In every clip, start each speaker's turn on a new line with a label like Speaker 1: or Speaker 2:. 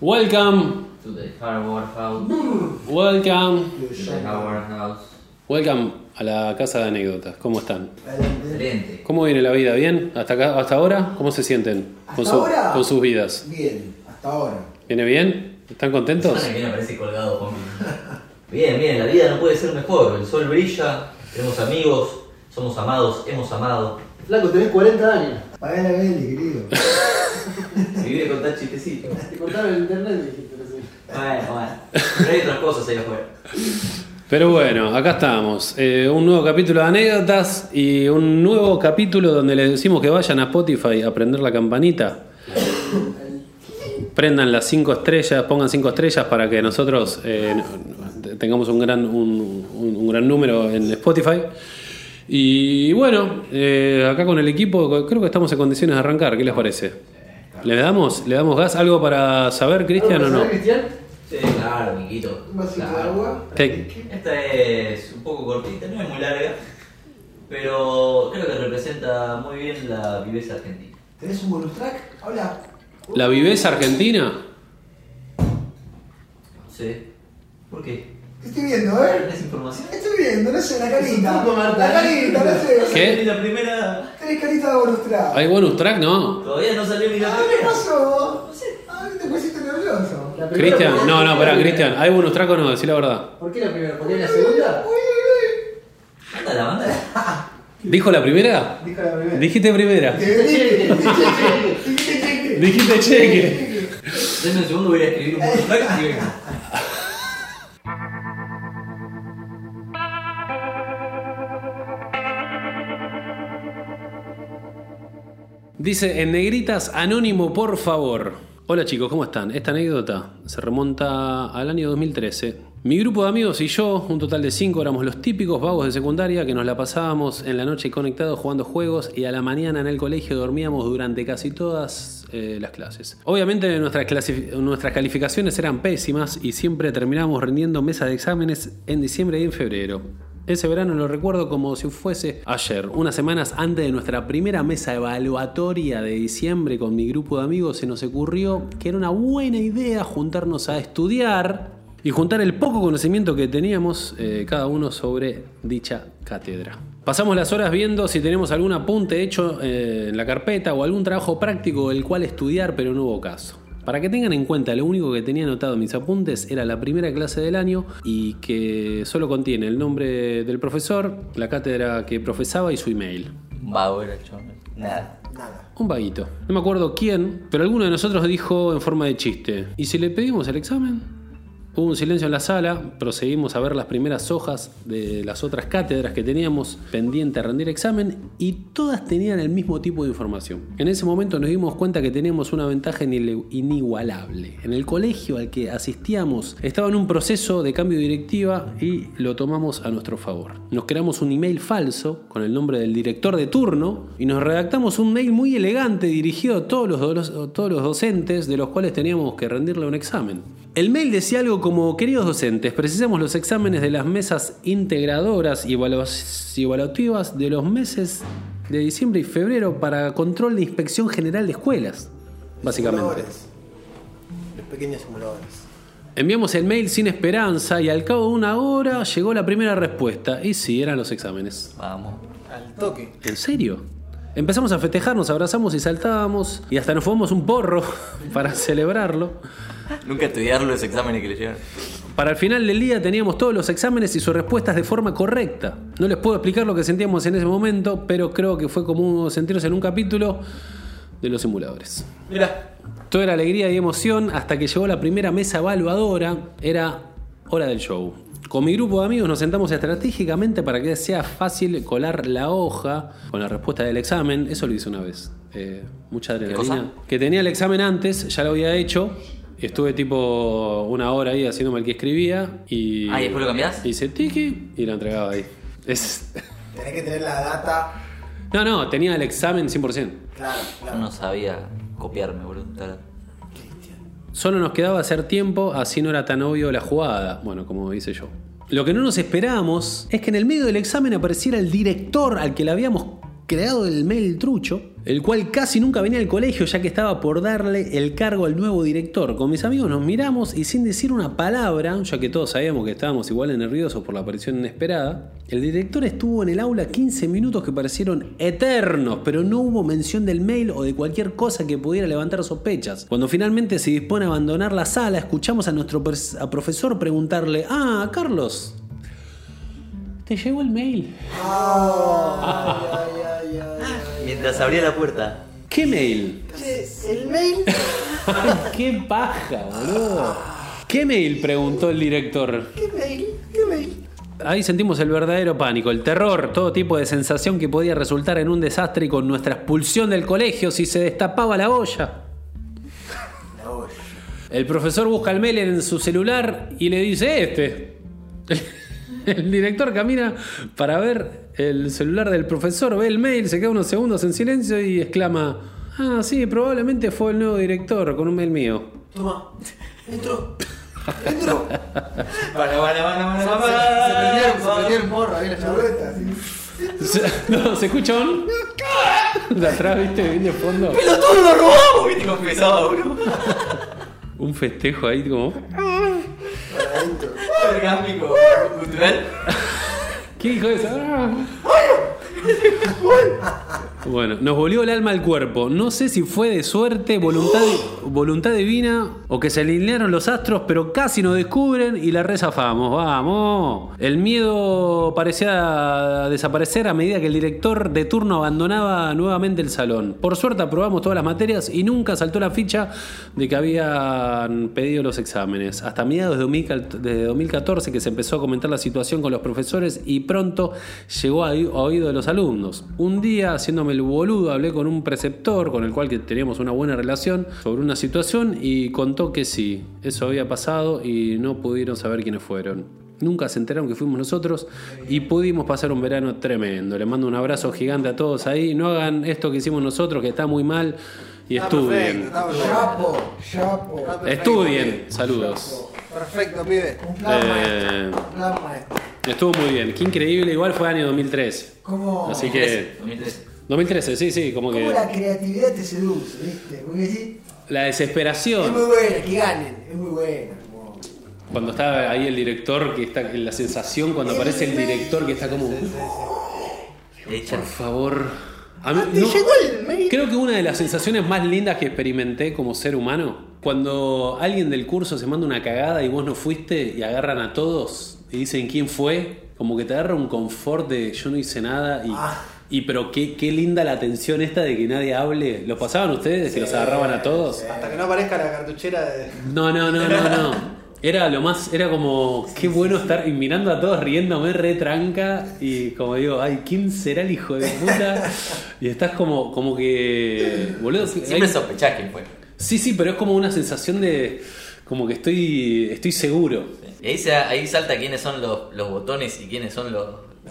Speaker 1: Welcome,
Speaker 2: to the hardware house,
Speaker 1: welcome,
Speaker 2: to the hardware house.
Speaker 1: welcome a la casa de anécdotas. ¿Cómo están?
Speaker 2: Excelente.
Speaker 1: ¿Cómo viene la vida? ¿Bien? ¿Hasta acá, hasta ahora? ¿Cómo se sienten con,
Speaker 3: ¿Hasta
Speaker 1: su-
Speaker 3: ahora?
Speaker 1: con sus vidas?
Speaker 3: Bien, hasta ahora.
Speaker 1: ¿Viene bien? ¿Están contentos?
Speaker 2: Ay, mira, parece colgado, Juan. Bien, bien, la vida no puede ser mejor. El sol brilla, tenemos amigos, somos amados, hemos amado.
Speaker 4: Flaco, tenés 40 años.
Speaker 3: Pagá la Beli, querido.
Speaker 2: Si vive con tal chistecito.
Speaker 4: Te cortaron el internet, dijiste recién.
Speaker 2: Bueno, bueno. Pero hay otras cosas ahí afuera.
Speaker 1: Pero bueno, acá estamos. Eh, un nuevo capítulo de anécdotas y un nuevo capítulo donde les decimos que vayan a Spotify a prender la campanita. Prendan las cinco estrellas, pongan cinco estrellas para que nosotros eh, tengamos un gran, un, un- un gran número en Spotify. Y bueno, eh, acá con el equipo creo que estamos en condiciones de arrancar. ¿Qué les parece? ¿Le damos, ¿Le damos gas? ¿Algo para saber, Cristian, o no?
Speaker 4: ¿Sabés, Cristian?
Speaker 2: Sí, claro, amiguito.
Speaker 3: Un vasito de
Speaker 2: Claro.
Speaker 3: agua.
Speaker 1: Te-
Speaker 2: Esta es un poco cortita, no es muy larga, pero creo que representa muy bien la viveza argentina.
Speaker 3: ¿Tenés un bonus track? Hola.
Speaker 1: ¿La viveza argentina?
Speaker 2: Sí. ¿Por qué?
Speaker 3: Estoy viendo, ¿eh?
Speaker 2: ¿Tenés información?
Speaker 3: Estoy viendo, no sé, la carita.
Speaker 4: Es un poco
Speaker 3: La
Speaker 4: Marta. ¿eh?
Speaker 3: carita, no sé.
Speaker 1: ¿Qué?
Speaker 2: Ni la primera.
Speaker 3: Tenés carita de bonus track.
Speaker 1: ¿Hay bonus track? No.
Speaker 2: Todavía no salió ni la
Speaker 3: Ah, ¿Qué
Speaker 2: primera.
Speaker 3: pasó vos? No sé. Ah, te pusiste nervioso.
Speaker 4: La primera
Speaker 1: Cristian,
Speaker 4: porque-
Speaker 1: no, no, pará, Cristian. ¿Hay bonus track o no? Decí la verdad.
Speaker 4: ¿Por qué la primera? ¿Por qué la segunda?
Speaker 3: Uy, uy,
Speaker 2: Mándala, mándala.
Speaker 1: ¿Dijo la primera?
Speaker 3: uy. Dijo la primera.
Speaker 1: Dijiste primera.
Speaker 3: Te vendiste, te cheque, te cheque.
Speaker 1: Dijiste cheque.
Speaker 2: Denme un segundo, voy a escribir un poco y vengo.
Speaker 1: Dice en negritas, anónimo, por favor. Hola chicos, ¿cómo están? Esta anécdota se remonta al año 2013. Mi grupo de amigos y yo, un total de cinco, éramos los típicos vagos de secundaria que nos la pasábamos en la noche conectados jugando juegos y a la mañana en el colegio dormíamos durante casi todas eh, las clases. Obviamente nuestras, clasi- nuestras calificaciones eran pésimas y siempre terminábamos rindiendo mesas de exámenes en diciembre y en febrero. Ese verano lo recuerdo como si fuese ayer, unas semanas antes de nuestra primera mesa evaluatoria de diciembre con mi grupo de amigos, se nos ocurrió que era una buena idea juntarnos a estudiar y juntar el poco conocimiento que teníamos eh, cada uno sobre dicha cátedra. Pasamos las horas viendo si tenemos algún apunte hecho eh, en la carpeta o algún trabajo práctico del cual estudiar, pero no hubo caso. Para que tengan en cuenta, lo único que tenía anotado en mis apuntes era la primera clase del año y que solo contiene el nombre del profesor, la cátedra que profesaba y su email.
Speaker 2: Vago era el chon. Nada.
Speaker 1: Un vaguito. No me acuerdo quién, pero alguno de nosotros dijo en forma de chiste, ¿y si le pedimos el examen? Hubo un silencio en la sala, proseguimos a ver las primeras hojas de las otras cátedras que teníamos pendiente a rendir examen y todas tenían el mismo tipo de información. En ese momento nos dimos cuenta que teníamos una ventaja inile- inigualable. En el colegio al que asistíamos estaba en un proceso de cambio de directiva y lo tomamos a nuestro favor. Nos creamos un email falso con el nombre del director de turno y nos redactamos un mail muy elegante dirigido a todos los, do- todos los docentes de los cuales teníamos que rendirle un examen. El mail decía algo como, queridos docentes, precisamos los exámenes de las mesas integradoras y evalu- y evaluativas de los meses de diciembre y febrero para control de inspección general de escuelas, básicamente.
Speaker 3: Simuladores. Los pequeños simuladores.
Speaker 1: Enviamos el mail sin esperanza y al cabo de una hora llegó la primera respuesta, y sí, eran los exámenes.
Speaker 2: Vamos.
Speaker 3: Al toque.
Speaker 1: ¿En serio? Empezamos a festejar, nos abrazamos y saltábamos y hasta nos fumamos un porro para celebrarlo.
Speaker 2: Nunca estudiar los exámenes que le llegan.
Speaker 1: Para el final del día teníamos todos los exámenes y sus respuestas de forma correcta. No les puedo explicar lo que sentíamos en ese momento, pero creo que fue como sentirnos en un capítulo de los simuladores.
Speaker 2: Mira.
Speaker 1: Todo era alegría y emoción hasta que llegó la primera mesa evaluadora. Era hora del show. Con mi grupo de amigos nos sentamos estratégicamente para que sea fácil colar la hoja con la respuesta del examen. Eso lo hice una vez. Eh, mucha adrenalina.
Speaker 2: cosa?
Speaker 1: Que tenía el examen antes, ya lo había hecho. Y estuve tipo una hora ahí haciéndome el que escribía y.
Speaker 2: Ah, ¿y después lo cambiás?
Speaker 1: Y hice tiki y la entregaba ahí. Es-
Speaker 3: Tenés que tener la data.
Speaker 1: No, no, tenía el examen 100%.
Speaker 3: Claro,
Speaker 2: Yo
Speaker 3: claro.
Speaker 2: no sabía copiarme, boludo. Claro.
Speaker 1: Solo nos quedaba hacer tiempo, así no era tan obvio la jugada. Bueno, como hice yo. Lo que no nos esperábamos es que en el medio del examen apareciera el director al que le habíamos creado el mail trucho, el cual casi nunca venía al colegio ya que estaba por darle el cargo al nuevo director. Con mis amigos nos miramos y sin decir una palabra, ya que todos sabíamos que estábamos igual de nerviosos por la aparición inesperada, el director estuvo en el aula 15 minutos que parecieron eternos, pero no hubo mención del mail o de cualquier cosa que pudiera levantar sospechas. Cuando finalmente se dispone a abandonar la sala, escuchamos a nuestro pers- a profesor preguntarle, ah, Carlos, ¿te llegó el mail?
Speaker 3: Ay, ay, ay.
Speaker 2: Mientras abría la puerta.
Speaker 1: ¿Qué mail?
Speaker 3: El mail.
Speaker 1: Ay, ¡Qué paja, boludo! ¿Qué mail? preguntó el director.
Speaker 3: ¿Qué mail? ¿Qué mail?
Speaker 1: Ahí sentimos el verdadero pánico, el terror, todo tipo de sensación que podía resultar en un desastre y con nuestra expulsión del colegio si se destapaba la olla. El profesor busca el mail en su celular y le dice este. El director camina para ver el celular del profesor, ve el mail, se queda unos segundos en silencio y exclama, ah, sí, probablemente fue el nuevo director con un mail mío.
Speaker 3: Toma. Entro. Entro.
Speaker 2: Para, para, para, para,
Speaker 4: Se prendió, se prendió el morro ahí en la chabueta.
Speaker 1: Se, no, se escucha un... De atrás, viste, bien de fondo.
Speaker 2: ¡Pelotudo, lo robamos! Viste, confesado, bro.
Speaker 1: Un festejo ahí como...
Speaker 2: Orgánico, cultural.
Speaker 1: ¿Qué hijo de esa? Ah. Bueno, nos volvió el alma al cuerpo. No sé si fue de suerte, voluntad, voluntad divina o que se alinearon los astros, pero casi nos descubren y la rezafamos. Vamos. El miedo parecía desaparecer a medida que el director de turno abandonaba nuevamente el salón. Por suerte aprobamos todas las materias y nunca saltó la ficha de que habían pedido los exámenes. Hasta mediados de 2000 de 2014 que se empezó a comentar la situación con los profesores y pronto llegó a a oído de los alumnos. Un día, haciéndome el boludo, hablé con un preceptor con el cual que teníamos una buena relación sobre una situación y contó que sí, eso había pasado y no pudieron saber quiénes fueron. Nunca se enteraron que fuimos nosotros y pudimos pasar un verano tremendo. Le mando un abrazo gigante a todos ahí. No hagan esto que hicimos nosotros, que está muy mal, y estudien.
Speaker 3: Chapo. Chapo.
Speaker 1: Estudien. Saludos.
Speaker 3: Perfecto, pibe.
Speaker 4: Un plan
Speaker 1: Eh,
Speaker 4: maestro. Un plan maestro.
Speaker 1: Estuvo muy bien. Qué increíble. Igual fue año 2013.
Speaker 4: ¿Cómo,
Speaker 1: Así que...
Speaker 2: 2013.
Speaker 1: 2013, sí, sí, como
Speaker 4: Oh, cómo
Speaker 1: que...
Speaker 4: la creatividad te seduce, viste? Porque sí,
Speaker 1: La
Speaker 4: es
Speaker 1: desesperación.
Speaker 4: muy buena, que ganen, es muy buena. como-
Speaker 1: Cuando está ahí el director, que está la sensación cuando aparece el director que está como,
Speaker 2: Hecha.
Speaker 1: por favor. A mí- no- creo que una de las sensaciones más lindas que experimenté como ser humano, cuando alguien del curso se manda una cagada y vos no fuiste y agarran a todos y dicen quién fue, como que te agarra un confort de yo no hice nada y, y pero qué, qué linda la tensión esta de que nadie hable. ¿Los pasaban ustedes y los agarraban a todos?
Speaker 4: eh.
Speaker 3: Hasta que no aparezca la cartuchera de.
Speaker 1: No, no, no, no, no. Era lo más, era como, qué bueno estar y mirando a todos riéndome re tranca y como digo, ay, ¿quién será el hijo de puta? Y estás como, como que, boludo,
Speaker 2: Siempre
Speaker 1: hay-
Speaker 2: sospechás quién fue.
Speaker 1: sí, sí, pero es como una sensación de, como que estoy, estoy seguro.
Speaker 2: Y ahí, se- ahí salta quiénes son los, los botones y quiénes son los,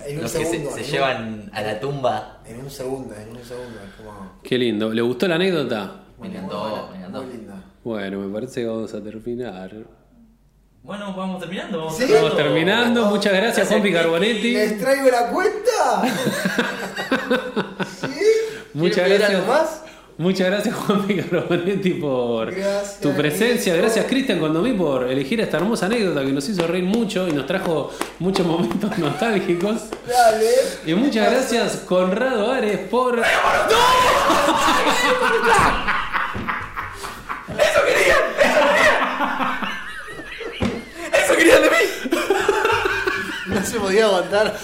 Speaker 3: En un
Speaker 2: los que se,
Speaker 3: segundo,
Speaker 2: se
Speaker 3: en un-
Speaker 2: llevan a la tumba.
Speaker 3: En un segundo, en un segundo. es Como...
Speaker 1: Qué lindo. ¿Le gustó la anécdota?
Speaker 2: Me encantó, me encantó.
Speaker 3: Muy linda.
Speaker 1: Bueno, me parece que vamos a terminar.
Speaker 2: Bueno, vamos terminando. Vamos
Speaker 3: Sí.
Speaker 1: Vamos terminando. Muchas gracias, Juan Picarbonetti.
Speaker 3: ¿Les traigo la cuenta? ¿Sí?
Speaker 1: Muchas
Speaker 3: ¿Quieren pedir
Speaker 1: gracias.
Speaker 3: algo más?
Speaker 1: Muchas gracias, Juan Picarbonetti, por
Speaker 3: Gracias,
Speaker 1: tu presencia.
Speaker 3: Cristo.
Speaker 1: Gracias, Cristian Condomí, por elegir esta hermosa anécdota que nos hizo reír mucho y nos trajo muchos momentos nostálgicos.
Speaker 3: Dale.
Speaker 1: Y muchas gracias, Conrado Ares, por.
Speaker 2: ¡Eso querían de mí!
Speaker 3: No se podía aguantar.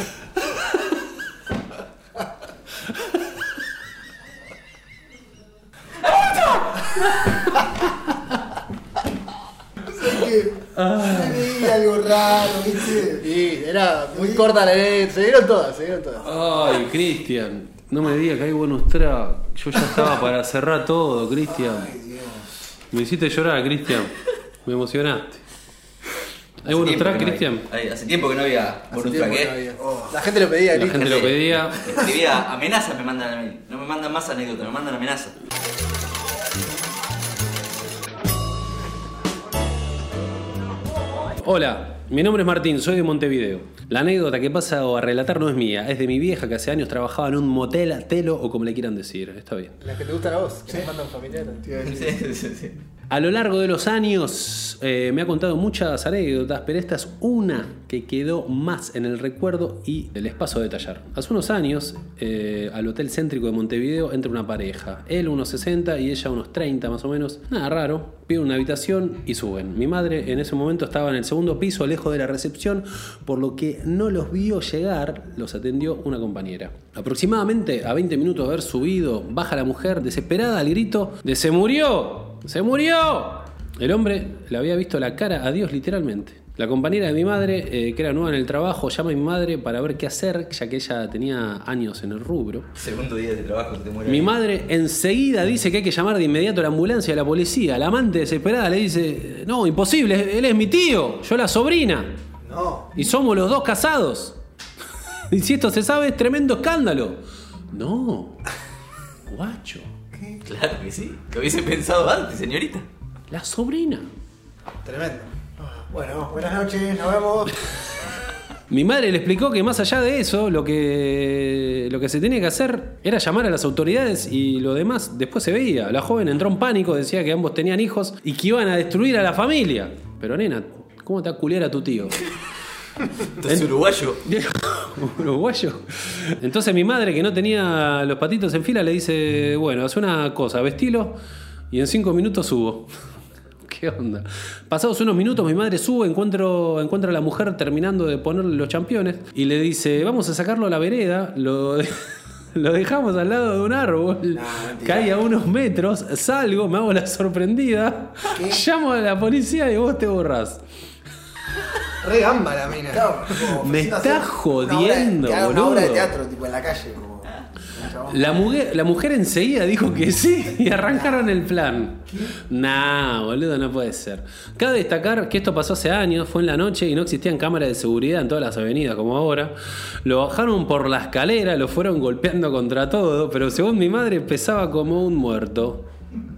Speaker 4: que
Speaker 1: Ah.
Speaker 4: salí algo raro, ¿viste?
Speaker 3: Sí, era muy corta la ley. Se dieron todas, se dieron todas.
Speaker 1: Ay, Cristian, no me digas que hay buenos tragos. Yo ya estaba para cerrar todo, Cristian. Me hiciste llorar, Cristian. Me emocionaste. ¿Hay
Speaker 2: Hace
Speaker 1: bonus
Speaker 2: tiempo
Speaker 1: track,
Speaker 2: que no hay.
Speaker 1: Cristian?
Speaker 2: Hay- Hace tiempo que no había
Speaker 3: Hace
Speaker 2: bonus
Speaker 3: tiempo
Speaker 2: track,
Speaker 3: que
Speaker 2: ¿eh?
Speaker 3: no había.
Speaker 4: Oh.
Speaker 3: La gente lo pedía,
Speaker 1: La
Speaker 3: Cristian.
Speaker 1: gente lo pedía.
Speaker 2: Escribía amenazas, me mandan a mí. No me mandan más anécdotas, me mandan amenazas.
Speaker 1: Hola, mi nombre es Martín, soy de Montevideo. La anécdota que pasa a relatar no es mía, es de mi vieja que hace años trabajaba en un motel, telo o como le quieran decir. Está bien.
Speaker 3: La que te gusta a vos, que te mandan familiares.
Speaker 4: Te iba a
Speaker 2: Sí,
Speaker 4: decir.
Speaker 2: sí, sí.
Speaker 1: A lo largo de los años eh, me ha contado muchas anécdotas, pero esta es una que quedó más en el recuerdo y les paso a detallar. Hace unos años, eh, al hotel céntrico de Montevideo entra una pareja. Él unos 60 y ella unos 30 más o menos. Nada raro. Piden una habitación y suben. Mi madre en ese momento estaba en el segundo piso, lejos de la recepción, por lo que no los vio llegar, los atendió una compañera. Aproximadamente a 20 minutos de haber subido, baja la mujer desesperada al grito de ¡Se murió! ¡Se murió! El hombre le había visto la cara a Dios literalmente. La compañera de mi madre, eh, que era nueva en el trabajo, llama a mi madre para ver qué hacer, ya que ella tenía años en el rubro.
Speaker 2: Segundo día de trabajo que te muere.
Speaker 1: Mi madre enseguida dice que hay que llamar de inmediato a la ambulancia y a la policía. La amante desesperada le dice, no, imposible, él es mi tío, yo la sobrina.
Speaker 4: No.
Speaker 1: Y somos los dos casados. Y si esto se sabe, es tremendo escándalo. No. Guacho.
Speaker 2: Claro que sí. Lo hubiese pensado antes, señorita.
Speaker 1: La sobrina.
Speaker 3: Tremendo.
Speaker 4: Bueno, buenas noches, nos vemos.
Speaker 1: Mi madre le explicó que más allá de eso, lo que, lo que se tenía que hacer era llamar a las autoridades y lo demás después se veía. La joven entró en pánico, decía que ambos tenían hijos y que iban a destruir a la familia. Pero nena, ¿cómo te va a culiar a tu tío? ¿Eh?
Speaker 2: Entonces, uruguayo.
Speaker 1: Uruguayo. Entonces mi madre, que no tenía los patitos en fila, le dice, bueno, haz una cosa, vestilo y en cinco minutos subo. ¿Qué onda? Pasados unos minutos mi madre sube, encuentro, encuentra a la mujer terminando de ponerle los championes y le dice, vamos a sacarlo a la vereda, lo, de- lo dejamos al lado de un árbol, cae a unos metros, salgo, me hago la sorprendida, llamo a la policía y vos te borrás.
Speaker 3: Re gamba la mina.
Speaker 1: Me
Speaker 4: está
Speaker 1: estás jodiendo,
Speaker 4: Una obra de
Speaker 1: boludo.
Speaker 4: teatro, tipo en la calle. Como, un chabón.
Speaker 1: La mujer, la mujer enseguida dijo que sí y arrancaron el plan. Nah, boludo, no puede ser. Cabe destacar que esto pasó hace años, fue en la noche y no existían cámaras de seguridad en todas las avenidas como ahora. Lo bajaron por la escalera, lo fueron golpeando contra todo, pero según mi madre pesaba como un muerto.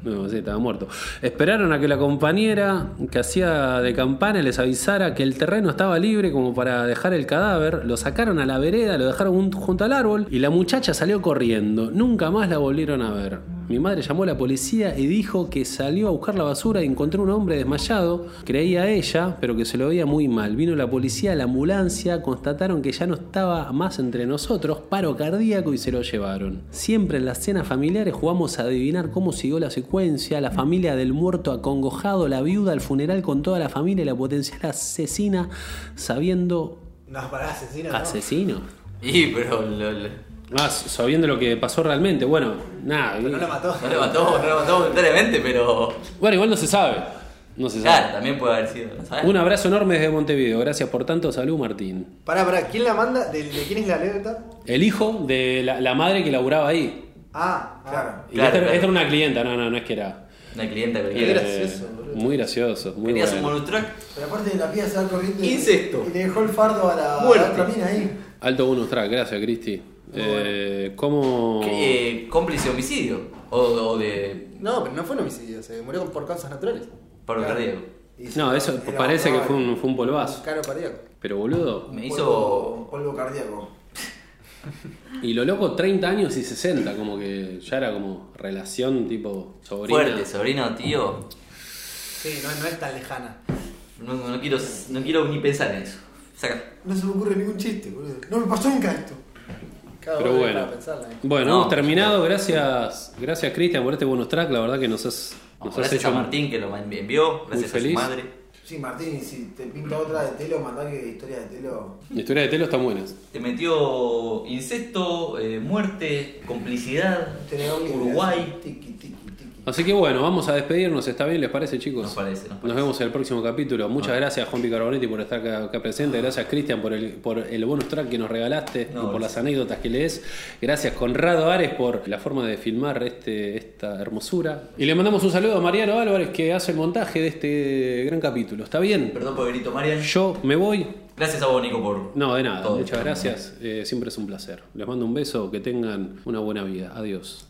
Speaker 1: No, sí, estaba muerto. Esperaron a que la compañera que hacía de campana les avisara que el terreno estaba libre como para dejar el cadáver. Lo sacaron a la vereda, lo dejaron un- junto al árbol y la muchacha salió corriendo. Nunca más la volvieron a ver. Mi madre llamó a la policía y dijo que salió a buscar la basura y encontró un hombre desmayado. Creía ella, pero que se lo veía muy mal. Vino la policía, la ambulancia, constataron que ya no estaba más entre nosotros, paro cardíaco y se lo llevaron. Siempre en las cenas familiares jugamos a adivinar cómo siguió la secuencia, la familia del muerto acongojado, la viuda al funeral con toda la familia y la potencial asesina sabiendo...
Speaker 3: No, pará, asesino.
Speaker 1: Ah, ¿Asesino?
Speaker 2: Y, pero. Lo, lo-
Speaker 1: Ah, sabiendo lo que pasó realmente. Bueno, nada.
Speaker 3: No la mató.
Speaker 2: no lo mató, no lo mató voluntariamente, pero.
Speaker 1: Bueno, igual no se sabe. No se
Speaker 2: Claro, eh.
Speaker 1: sabe.
Speaker 2: también puede haber sido. ¿sabes?
Speaker 1: Un abrazo enorme desde Montevideo. Gracias por tanto. Salud, Martín.
Speaker 3: Pará, pará, ¿quién la manda? ¿De, de quién es la alerta?
Speaker 1: El hijo de la, la madre que laburaba ahí.
Speaker 3: Ah,
Speaker 4: Claro.
Speaker 1: Y
Speaker 2: Claro,
Speaker 1: esta,
Speaker 2: claro.
Speaker 1: esta era una clienta, no, no, no es que era.
Speaker 2: Una clienta
Speaker 3: Qué
Speaker 2: cualquiera.
Speaker 3: Eh, gracioso, boludo.
Speaker 1: Muy gracioso. Muy
Speaker 2: Tenías un
Speaker 1: bueno.
Speaker 2: bonus track.
Speaker 4: Pero aparte de la pieza se va corriendo. y-
Speaker 2: Incesto.
Speaker 4: Y le dejó el fardo a la, a la
Speaker 2: Muerte.
Speaker 4: otra mina ahí.
Speaker 1: Alto bonus track, gracias, Cristi. Eh, ¿Cómo.?
Speaker 2: ¿Qué, eh, cómplice de homicidio. O, o de.
Speaker 3: No, pero no fue un homicidio, se murió por causas naturales.
Speaker 2: paro cardíaco.
Speaker 4: Y se-
Speaker 1: No, eso
Speaker 4: era
Speaker 1: parece que
Speaker 4: probable.
Speaker 1: fue un, fue un polvazo.
Speaker 3: Caro cardíaco.
Speaker 1: Pero boludo.
Speaker 2: Me
Speaker 4: Polvo-
Speaker 2: hizo.
Speaker 4: Polvo cardíaco.
Speaker 1: Y lo loco, 30 años y 60, como que ya era como relación tipo sobrina.
Speaker 2: Fuerte, sobrino, tío.
Speaker 3: Sí, no, no es tan lejana.
Speaker 2: No, no quiero, no quiero ni pensar en eso. Saca.
Speaker 4: No se me ocurre ningún chiste, boludo. No me pasó nunca esto.
Speaker 3: Cada
Speaker 1: Pero
Speaker 3: uno
Speaker 1: bueno.
Speaker 3: para pensarla, eh.
Speaker 1: Bueno,
Speaker 2: No,
Speaker 1: hemos terminado. Gracias, gracias Cristian por este bonus track. La verdad que nos has, nos has
Speaker 2: Gracias
Speaker 1: hecho
Speaker 2: a Martín que lo envió. Gracias a su
Speaker 1: feliz.
Speaker 2: madre.
Speaker 4: Sí, Martín, si te pinta otra de Telo, mandá que historia de Telo.
Speaker 1: Historias de Telo están buenas.
Speaker 2: Te metió insecto, eh, muerte, complicidad,
Speaker 4: Tenés un
Speaker 2: Uruguay.
Speaker 4: Tiki, tiki, tiki.
Speaker 1: Así que bueno, vamos a despedirnos, ¿está bien? ¿Les parece, chicos?
Speaker 2: Nos parece, nos parece.
Speaker 1: vemos en el próximo capítulo. Muchas gracias, Juan Picarbonetti, por estar acá, acá presente. Gracias, Cristian, por el, por el bonus track que nos regalaste
Speaker 2: No,
Speaker 1: y por
Speaker 2: gracias.
Speaker 1: las anécdotas que lees. Gracias, Conrado Ares, por la forma de filmar este, esta hermosura. Y le mandamos un saludo a Mariano Álvarez, que hace el montaje de este gran capítulo. ¿Está bien?
Speaker 2: Perdón por el grito, Marian.
Speaker 1: Yo me voy.
Speaker 2: Gracias a vos, Nico, por.
Speaker 1: No, de nada.
Speaker 2: Todo.
Speaker 1: Muchas gracias. Eh, siempre es un placer. Les mando un beso. Que tengan una buena vida. Adiós.